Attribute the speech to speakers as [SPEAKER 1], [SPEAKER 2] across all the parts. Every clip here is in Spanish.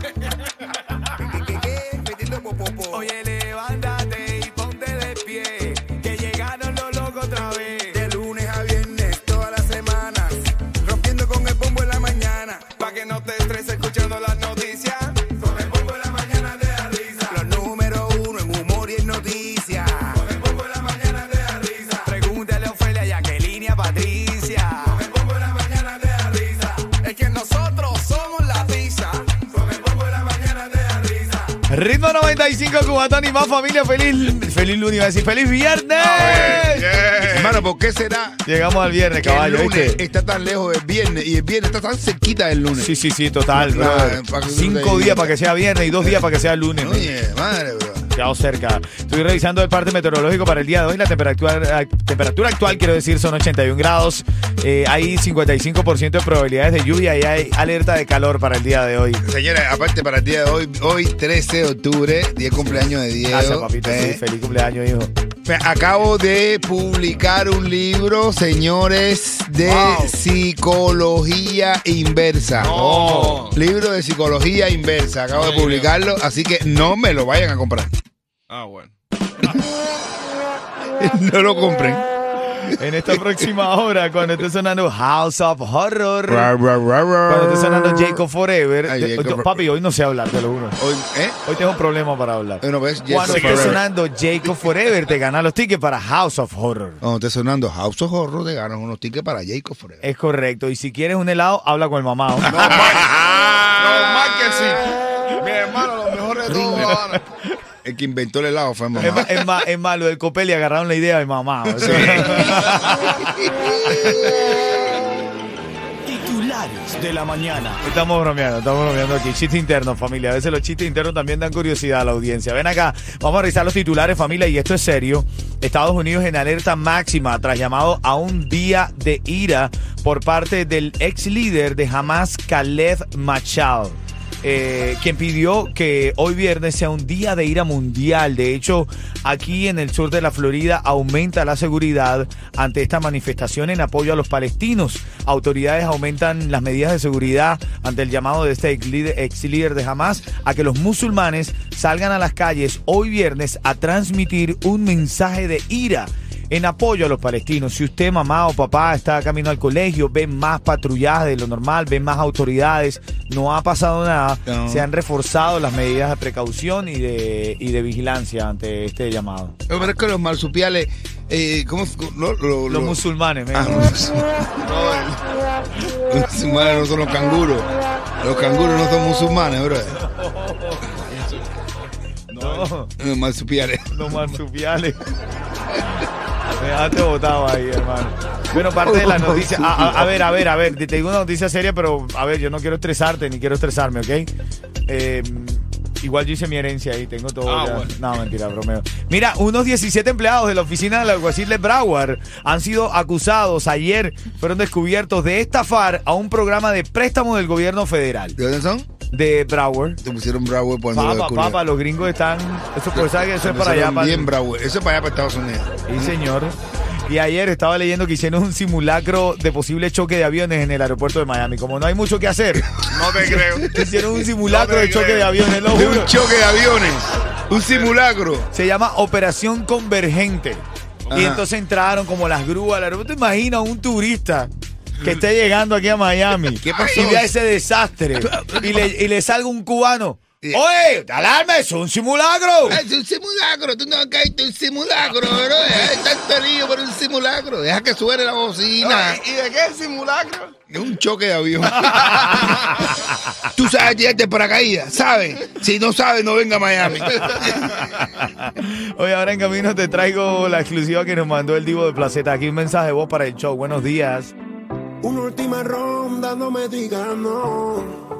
[SPEAKER 1] ¿Qué, qué, qué? Metiendo popopó. Oye, levántate y ponte de pie. Que llegaron los locos otra vez. De lunes a viernes, todas las semanas. Rompiendo con el bombo en la mañana. Pa' que no te estreses escuchando las noticias. Con el bombo en la mañana te da risa. Los número uno en humor y en noticias. Con el bombo en la mañana te da risa. Pregúntale a Ofelia y a Kelini, a Patricia. Con el bombo en la mañana te da risa. Es que nosotros somos la risa. Con el bombo en la mañana te da risa.
[SPEAKER 2] Ritmo 95 Cubatón y más familia. Feliz, feliz lunes, iba a decir feliz viernes.
[SPEAKER 3] Hermano, ¿por qué será
[SPEAKER 2] Llegamos al viernes,
[SPEAKER 3] que el
[SPEAKER 2] caballo.
[SPEAKER 3] lunes
[SPEAKER 2] ¿viste?
[SPEAKER 3] está tan lejos del viernes y el viernes está tan cerquita del lunes?
[SPEAKER 2] Sí, sí, sí, total.
[SPEAKER 3] Nah,
[SPEAKER 2] brother.
[SPEAKER 3] pa' que tú
[SPEAKER 2] Cinco
[SPEAKER 3] te-
[SPEAKER 2] días para que sea viernes y dos días para que sea lunes. man.
[SPEAKER 3] Oye, madre, bro.
[SPEAKER 2] Chao cerca. Estoy revisando el parte meteorológico para el día de hoy. La temperatura, ac- temperatura actual, quiero decir, son 81 grados. Eh, hay 55% de probabilidades de lluvia y hay alerta de calor para el día de hoy.
[SPEAKER 3] Señores, aparte para el día de hoy, hoy 13 de octubre, 10 cumpleaños de Diego.
[SPEAKER 2] Gracias, papito. sí,
[SPEAKER 3] eh.
[SPEAKER 2] feliz cumpleaños, hijo.
[SPEAKER 3] Me Acabo de publicar un libro, señores, de
[SPEAKER 1] Wow.
[SPEAKER 3] psicología inversa.
[SPEAKER 1] No.
[SPEAKER 3] Libro de psicología inversa. Acabo de publicarlo, así que no me lo vayan a comprar.
[SPEAKER 1] Ah, bueno.
[SPEAKER 3] No lo compren.
[SPEAKER 2] En esta próxima hora, cuando esté sonando House of Horror, cuando
[SPEAKER 3] Cuando
[SPEAKER 2] esté sonando Jacob Forever,
[SPEAKER 3] Ay,
[SPEAKER 2] te-
[SPEAKER 3] Jacob
[SPEAKER 2] yo-
[SPEAKER 3] Forever.
[SPEAKER 2] papi, hoy no sé hablar, te lo juro.
[SPEAKER 3] Hoy, ¿eh?
[SPEAKER 2] Hoy tengo un problema para hablar.
[SPEAKER 3] Bueno, ves, Jacob
[SPEAKER 2] Cuando esté
[SPEAKER 3] Forever.
[SPEAKER 2] sonando Jacob Forever, te ganas los tickets para House of Horror.
[SPEAKER 3] Cuando esté sonando House of Horror, te ganas unos tickets para Jacob Forever.
[SPEAKER 2] Es correcto. Y si quieres un helado, habla con el mamá. ¿no?
[SPEAKER 3] que sí. Mi hermano, los mejores de todos. El que inventó el helado fue
[SPEAKER 2] Es, ma-
[SPEAKER 3] mamá.
[SPEAKER 2] es, ma- es malo, del Copel y agarraron la idea de mamá. o sea. Titulares de la mañana. Estamos bromeando, estamos bromeando aquí. Chistes internos, familia. A veces los chistes internos también dan curiosidad a la audiencia. Ven acá, vamos a revisar los titulares, familia, y esto es serio. Estados Unidos en alerta máxima tras llamado a un día de ira por parte del ex líder de Hamas, Caleb Machado. eh, quien pidió que hoy viernes sea un día de ira mundial. De hecho, aquí en el sur de la Florida aumenta la seguridad ante esta manifestación en apoyo a los palestinos. Autoridades aumentan las medidas de seguridad ante el llamado de este ex líder, ex líder de Hamas a que los musulmanes salgan a las calles hoy viernes a transmitir un mensaje de ira en apoyo a los palestinos. Si usted, mamá o papá, está camino al colegio, ven más patrulladas de lo normal, ven más autoridades, no ha pasado nada,
[SPEAKER 3] No.
[SPEAKER 2] se han reforzado las medidas de precaución y de, y de vigilancia ante este llamado.
[SPEAKER 3] Yo creo que los marsupiales. Eh, ¿Cómo? Lo, lo,
[SPEAKER 2] Los
[SPEAKER 3] lo-
[SPEAKER 2] musulmanes, men.
[SPEAKER 3] Ah, los musulmanes. Los musulmanes no son los canguros. Los canguros no son musulmanes, bro.
[SPEAKER 2] no,
[SPEAKER 3] Los marsupiales.
[SPEAKER 2] los marsupiales. Me dejaste botado ahí, hermano. Bueno, parte de la noticia. A, a- a ver, a ver, a ver. Te te digo una noticia seria, pero a ver, yo no quiero estresarte ni quiero estresarme, ¿ok? Eh, igual yo hice mi herencia ahí, tengo todo.
[SPEAKER 1] Ah,
[SPEAKER 2] ya.
[SPEAKER 1] bueno.
[SPEAKER 2] No, mentira, bromeo. Mira, unos 17 empleados de la oficina del alguacil de Broward han sido acusados ayer, fueron descubiertos de estafar a un programa de préstamo del gobierno federal
[SPEAKER 3] ¿De dónde son?
[SPEAKER 2] de Broward.
[SPEAKER 3] Te pusieron bravo por no
[SPEAKER 2] Papá, papá, los gringos están. Eso, pues, ¿sabes que eso es para allá, para
[SPEAKER 3] Bien bravo. Eso es para allá, para Estados Unidos.
[SPEAKER 2] Sí, señor. Y ayer estaba leyendo que hicieron un simulacro de posible choque de aviones en el aeropuerto de Miami. Como no hay mucho que hacer,
[SPEAKER 3] No te creo.
[SPEAKER 2] hicieron un simulacro de choque de aviones, lo
[SPEAKER 3] de
[SPEAKER 2] juro.
[SPEAKER 3] un choque de aviones, un simulacro.
[SPEAKER 2] Se llama Operación Convergente. Y
[SPEAKER 3] Ajá.
[SPEAKER 2] entonces entraron como las grúas al aeropuerto. Imagina un turista que esté llegando aquí a Miami
[SPEAKER 3] ¿Qué pasó?
[SPEAKER 2] y vea ese desastre. Y le, y le salga un cubano. ¡Oye! ¡Alarma! ¡Es un simulacro!
[SPEAKER 3] Es un simulacro, tú no has caído un simulacro, bro. Hay tanto lío por un simulacro. Deja que suene la bocina.
[SPEAKER 1] ¿Y de qué simulacro?
[SPEAKER 3] Es un choque de avión. tú sabes tirarte paracaídas, ¿sabes? Si no sabes, no venga a Miami.
[SPEAKER 2] Hoy ahora en camino te traigo la exclusiva que nos mandó el Divo de Placeta. Aquí un mensaje de voz para el show. Buenos días.
[SPEAKER 4] Una última ronda, no me digan no.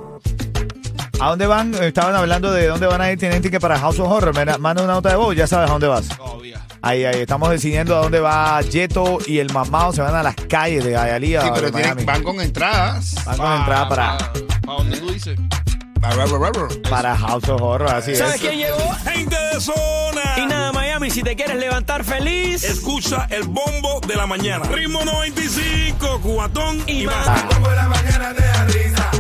[SPEAKER 2] ¿A dónde van? Estaban hablando de dónde van a ir. Tienen ticket para House of Horror. Mira, Manda una nota de voz, ya sabes a dónde vas.
[SPEAKER 4] Todavía.
[SPEAKER 2] Ahí, ahí, estamos decidiendo a dónde va Jeto y el mamado. Se van a las calles de Hialeah
[SPEAKER 3] Sí,
[SPEAKER 2] o de
[SPEAKER 3] pero tienen-
[SPEAKER 2] Miami.
[SPEAKER 3] van con entradas.
[SPEAKER 2] Van con entrada para,
[SPEAKER 4] ¿Para dónde tú dices?
[SPEAKER 3] Barra, barra, barra.
[SPEAKER 2] para House of Horror, así
[SPEAKER 5] ¿Sabes
[SPEAKER 2] es.
[SPEAKER 5] quién llegó?
[SPEAKER 6] Gente de zona.
[SPEAKER 5] Y nada, Miami, si te quieres levantar feliz.
[SPEAKER 6] Escucha el bombo de la mañana. Ritmo 95, cuatón y,
[SPEAKER 5] Y
[SPEAKER 6] más.
[SPEAKER 5] más.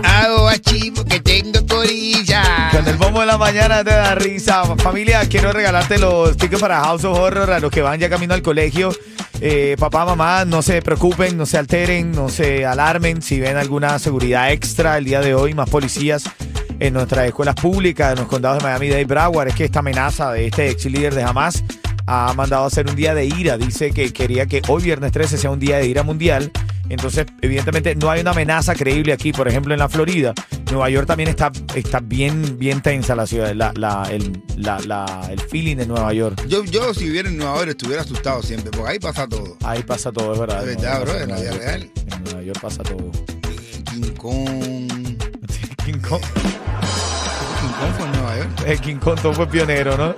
[SPEAKER 3] Hago achivo que tengo corilla.
[SPEAKER 2] Con el bombo de la mañana te da risa. Familia, quiero regalarte los tickets para House of Horror a los que van ya camino al colegio. Eh, papá, mamá, no se preocupen, no se alteren, no se alarmen. Si ven alguna seguridad extra el día de hoy, más policías en nuestras escuelas públicas, en los condados de Miami Dade Broward, es que esta amenaza de este ex líder de Hamas ha mandado a hacer un día de ira. Dice que quería que hoy viernes 13 sea un día de ira mundial. Entonces, evidentemente, no hay una amenaza creíble aquí. Por ejemplo, en la Florida, Nueva York también está, está bien, bien tensa la ciudad, la- la- el, la- la- el feeling de Nueva York.
[SPEAKER 3] Yo, yo si viviera en Nueva York estuviera asustado siempre, porque ahí pasa todo.
[SPEAKER 2] Ahí pasa todo, es verdad.
[SPEAKER 3] Es verdad,
[SPEAKER 2] En Nueva
[SPEAKER 3] bro,
[SPEAKER 2] York
[SPEAKER 3] en la
[SPEAKER 2] pasa
[SPEAKER 3] vida
[SPEAKER 2] todo.
[SPEAKER 3] real.
[SPEAKER 2] En Nueva York pasa todo.
[SPEAKER 3] King Kong.
[SPEAKER 2] King Kong,
[SPEAKER 3] King Kong fue en Nueva York.
[SPEAKER 2] eh, King Kong todo fue pionero, ¿no?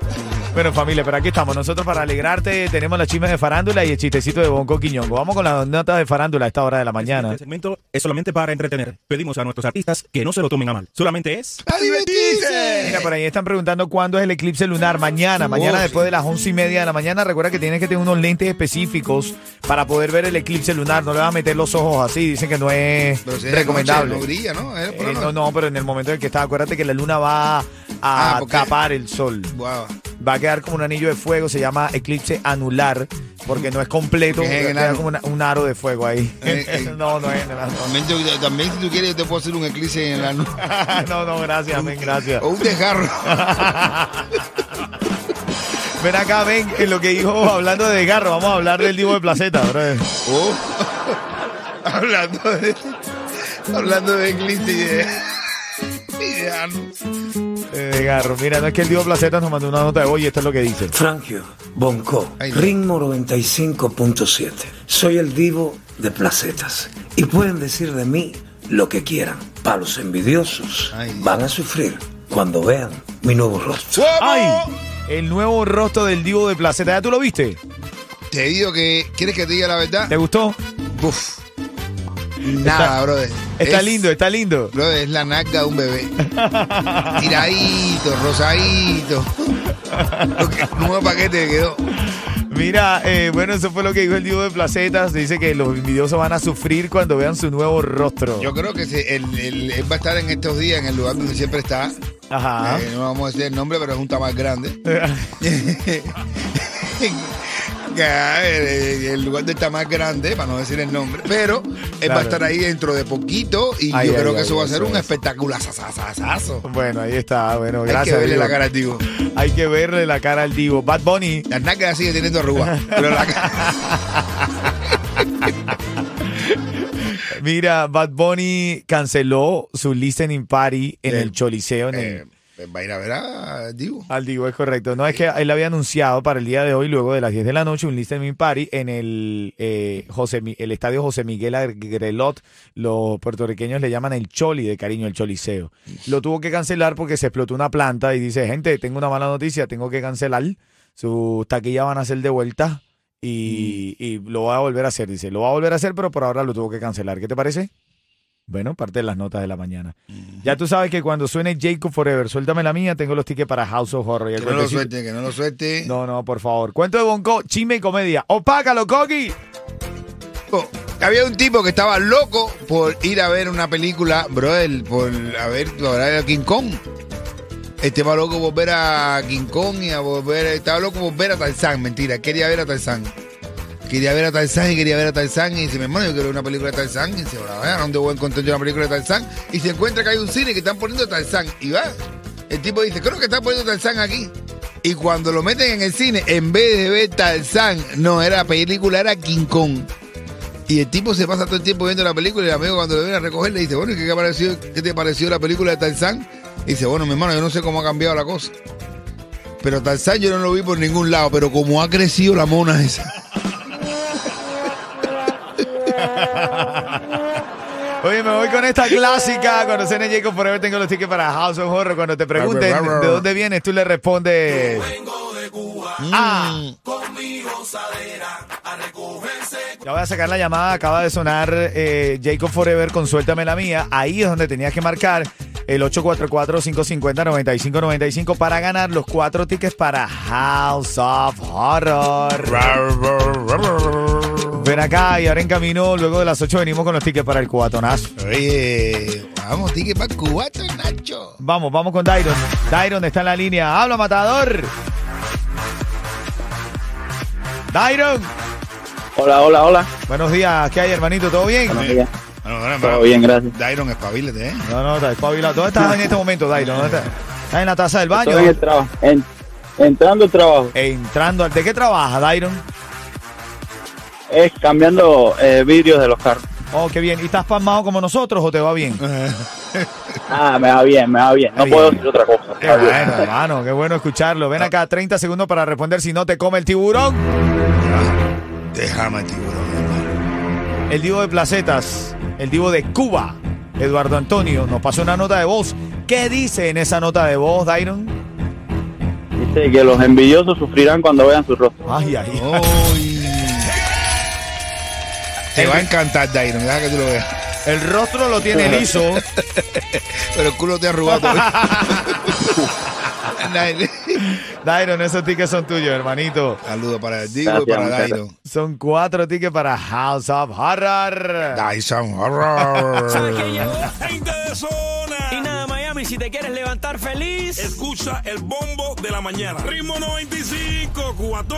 [SPEAKER 2] Bueno, familia, pero aquí estamos. Nosotros para alegrarte tenemos las chismes de farándula y el chistecito de Bonco Quiñongo. Vamos con las notas de farándula a esta hora de la mañana.
[SPEAKER 7] Este segmento es solamente para entretener. Pedimos a nuestros artistas que no se lo tomen a mal. Solamente es.
[SPEAKER 3] ¡A
[SPEAKER 2] Mira,
[SPEAKER 3] divertirse!
[SPEAKER 2] por ahí están preguntando cuándo es el eclipse lunar. Mañana, mañana
[SPEAKER 3] Oh,
[SPEAKER 2] después
[SPEAKER 3] sí.
[SPEAKER 2] de las once y media de la mañana. Recuerda que tienes que tener unos lentes específicos para poder ver el eclipse lunar. No le vas a meter los ojos así. Dicen que no es
[SPEAKER 3] Pero si es de
[SPEAKER 2] recomendable.
[SPEAKER 3] noche, no brilla, ¿no? Es por
[SPEAKER 2] Eh, no,
[SPEAKER 3] la noche.
[SPEAKER 2] no, pero en el momento en el que está, acuérdate que la luna va a
[SPEAKER 3] Ah, porque-
[SPEAKER 2] tapar el sol.
[SPEAKER 3] Guau.
[SPEAKER 2] Va a quedar como un anillo de fuego, se llama eclipse anular, porque no es completo,
[SPEAKER 3] Porque es en el
[SPEAKER 2] queda
[SPEAKER 3] ano.
[SPEAKER 2] como una- un aro de fuego ahí.
[SPEAKER 3] Eh, eh.
[SPEAKER 2] no, no es en el ano.
[SPEAKER 3] También, yo- también si tú quieres yo te puedo hacer un eclipse en la noche.
[SPEAKER 2] No, no, gracias, men, gracias.
[SPEAKER 3] O un desgarro.
[SPEAKER 2] Ven acá, ven, en lo que dijo hablando de desgarro, vamos a hablar del divo de placeta, Eh, brother.
[SPEAKER 3] Oh. hablando de hablando de eclipse y de, y de anus.
[SPEAKER 2] Eh, desgarro. Mira, no es que el divo de placeta nos mandó una nota de hoy y esto es lo que dice.
[SPEAKER 8] Frangio Bonco,
[SPEAKER 3] Ay, no.
[SPEAKER 8] ritmo 95.7. Soy el divo de placetas. Y pueden decir de mí lo que quieran. Para los envidiosos
[SPEAKER 3] Ay, Dios.
[SPEAKER 8] van a sufrir cuando vean mi nuevo rostro.
[SPEAKER 2] ¡Ay! El nuevo rostro del divo de placeta, ¿ya tú lo viste?
[SPEAKER 3] Te digo que, ¿quieres que te diga la verdad?
[SPEAKER 2] ¿Te gustó?
[SPEAKER 3] Uf. Nada, brother.
[SPEAKER 2] Está
[SPEAKER 3] Es-
[SPEAKER 2] lindo, está lindo.
[SPEAKER 3] Brother, es la nalga de un bebé. Tiradito, rosadito. Lo que- Nuevo paquete que quedó.
[SPEAKER 2] Mira, eh, bueno, eso fue lo que dijo el Divo de Placetas. Dice que los envidiosos van a sufrir cuando vean su nuevo rostro.
[SPEAKER 3] Yo creo que se- él, él- él va a estar en estos días en el lugar donde siempre está.
[SPEAKER 2] Ajá.
[SPEAKER 3] Eh, no vamos a decir el nombre, pero es un más grande. Que, ah, el, el lugar del más grande, para no decir el nombre, pero él va
[SPEAKER 2] Claro.
[SPEAKER 3] a estar ahí dentro de poquito y
[SPEAKER 2] Ay,
[SPEAKER 3] yo
[SPEAKER 2] ay,
[SPEAKER 3] creo que
[SPEAKER 2] ay,
[SPEAKER 3] eso va a ser
[SPEAKER 2] eso
[SPEAKER 3] un
[SPEAKER 2] es.
[SPEAKER 3] espectaculazazazazazo.
[SPEAKER 2] Bueno, ahí está. Bueno,
[SPEAKER 3] Hay
[SPEAKER 2] gracias.
[SPEAKER 3] que verle la
[SPEAKER 2] Divo.
[SPEAKER 3] cara al Divo.
[SPEAKER 2] Hay que verle la cara al Divo. Bad Bunny.
[SPEAKER 3] La nalga sigue teniendo arrugas, pero la cara...
[SPEAKER 2] Mira, Bad Bunny canceló su listening party en
[SPEAKER 3] Eh,
[SPEAKER 2] el Choliseo. En el-
[SPEAKER 3] Eh, va a ir a ver a Divo.
[SPEAKER 2] Al Divo es correcto. No, es
[SPEAKER 3] eh.
[SPEAKER 2] que él había anunciado para el día de hoy, luego de las 10 de la noche, un listening party en el, eh, José, Mi- el estadio José Miguel Agrelot. Los puertorriqueños le llaman el Choli de cariño, el Choliseo. Lo tuvo que cancelar porque se explotó una planta y dice, gente, tengo una mala noticia, tengo que cancelar. Sus taquillas van a ser de vuelta
[SPEAKER 3] Mm.
[SPEAKER 2] y, y lo va a volver a hacer. Dice, lo va a volver a hacer, pero por ahora lo tuvo que cancelar. ¿Qué te parece? Bueno, parte de las notas de la mañana. Ya tú sabes que cuando suene Jacob Forever, suéltame la mía, tengo los tickets para House of Horror. Y el
[SPEAKER 3] Que no lo
[SPEAKER 2] cuentecito-
[SPEAKER 3] suelte, que no lo suelte.
[SPEAKER 2] no, no, por favor. Cuento de Bonco, chisme y comedia. ¡Opácalo, Coqui!
[SPEAKER 3] Oh, Había un tipo que estaba loco por ir a ver una película, brother, por a ver, por ver a King Kong. Estaba loco por ver a King Kong y a volver, estaba loco por ver a Tarzán, mentira, quería ver a Tarzán. Quería ver a Tarzán y quería ver a Tarzán y dice, mi hermano, yo quiero ver una película de Tarzán. Y dice, bueno, a ver, ¿dónde voy a encontrar yo una película de Tarzán? Y se encuentra que hay un cine que están poniendo Tarzán. Y va, el tipo dice, creo que están poniendo Tarzán aquí. Y cuando lo meten en el cine, en vez de ver Tarzán, no, era película, era King Kong. Y el tipo se pasa todo el tiempo viendo la película y el amigo cuando le viene a recoger le dice, bueno, ¿y qué, te pareció, qué te pareció la película de Tarzán? Y dice, bueno, mi hermano, yo no sé cómo ha cambiado la cosa. Pero Tarzán yo no lo vi por ningún lado, pero como ha crecido la mona esa.
[SPEAKER 2] Oye, me voy con esta clásica. Cuando cene Jacob Forever tengo los tickets para House of Horror. Cuando te pregunten de dónde vienes, tú le respondes. Ah. Ya voy a sacar la llamada. Acaba de sonar eh, Jacob Forever con Suéltame la mía. Ahí es donde tenías que marcar el 844-550-9595 para ganar los cuatro tickets para House of Horror. Ven acá y ahora en camino, luego de las 8 venimos con los tickets para el cuatonazo.
[SPEAKER 3] Oye, vamos, tique para cubato, Nacho.
[SPEAKER 2] Vamos, vamos con Dairon. Dairon está en la línea. ¡Habla, matador! Dairon.
[SPEAKER 4] Hola, hola, hola.
[SPEAKER 2] Buenos días. ¿Qué hay, hermanito? ¿Todo bien?
[SPEAKER 4] Buenos días.
[SPEAKER 3] Bueno, bueno,
[SPEAKER 4] Todo bien, gracias.
[SPEAKER 3] Dairon, espabilete, ¿eh?
[SPEAKER 2] No, no, está espabilado. ¿Dónde estás en este momento, Dairon? ¿Dónde estás? ¿Estás en la taza del baño?
[SPEAKER 4] Estoy en el trabajo. en- entrando al trabajo.
[SPEAKER 2] Entrando al... ¿De qué trabajas, Dairon?
[SPEAKER 4] Es cambiando eh, vidrios de los carros.
[SPEAKER 2] Oh, qué bien. ¿Y estás palmado como nosotros o te va bien?
[SPEAKER 4] Ah, me va bien, me va bien. No
[SPEAKER 2] Bien.
[SPEAKER 4] puedo decir otra cosa.
[SPEAKER 2] Qué bueno, hermano, qué bueno escucharlo. Ven acá, 30 segundos para responder si no te come el tiburón.
[SPEAKER 3] Déjame, tiburón, hermano.
[SPEAKER 2] El divo de Placetas, el divo de Cuba, Eduardo Antonio, nos pasó una nota de voz. ¿Qué dice en esa nota de voz, Dairon?
[SPEAKER 4] Dice que los envidiosos sufrirán cuando vean su rostro.
[SPEAKER 2] Ay, ay, ay.
[SPEAKER 3] Uy. Te va a encantar, Dairon, deja que tú lo veas.
[SPEAKER 2] El rostro lo tiene liso.
[SPEAKER 3] Pero el culo te ha arrugado. Dairon.
[SPEAKER 2] Dairon, esos tickets son tuyos, hermanito.
[SPEAKER 3] Saludos para el Divo y
[SPEAKER 4] Gracias,
[SPEAKER 3] para
[SPEAKER 4] muchas
[SPEAKER 3] Dairon.
[SPEAKER 2] Son cuatro tickets para House of Horror.
[SPEAKER 3] Dyson Horror.
[SPEAKER 6] Gente de zona.
[SPEAKER 5] Y nada, Miami, si te quieres levantar feliz.
[SPEAKER 6] Escucha el bombo de la mañana. Ritmo 95, cuatón.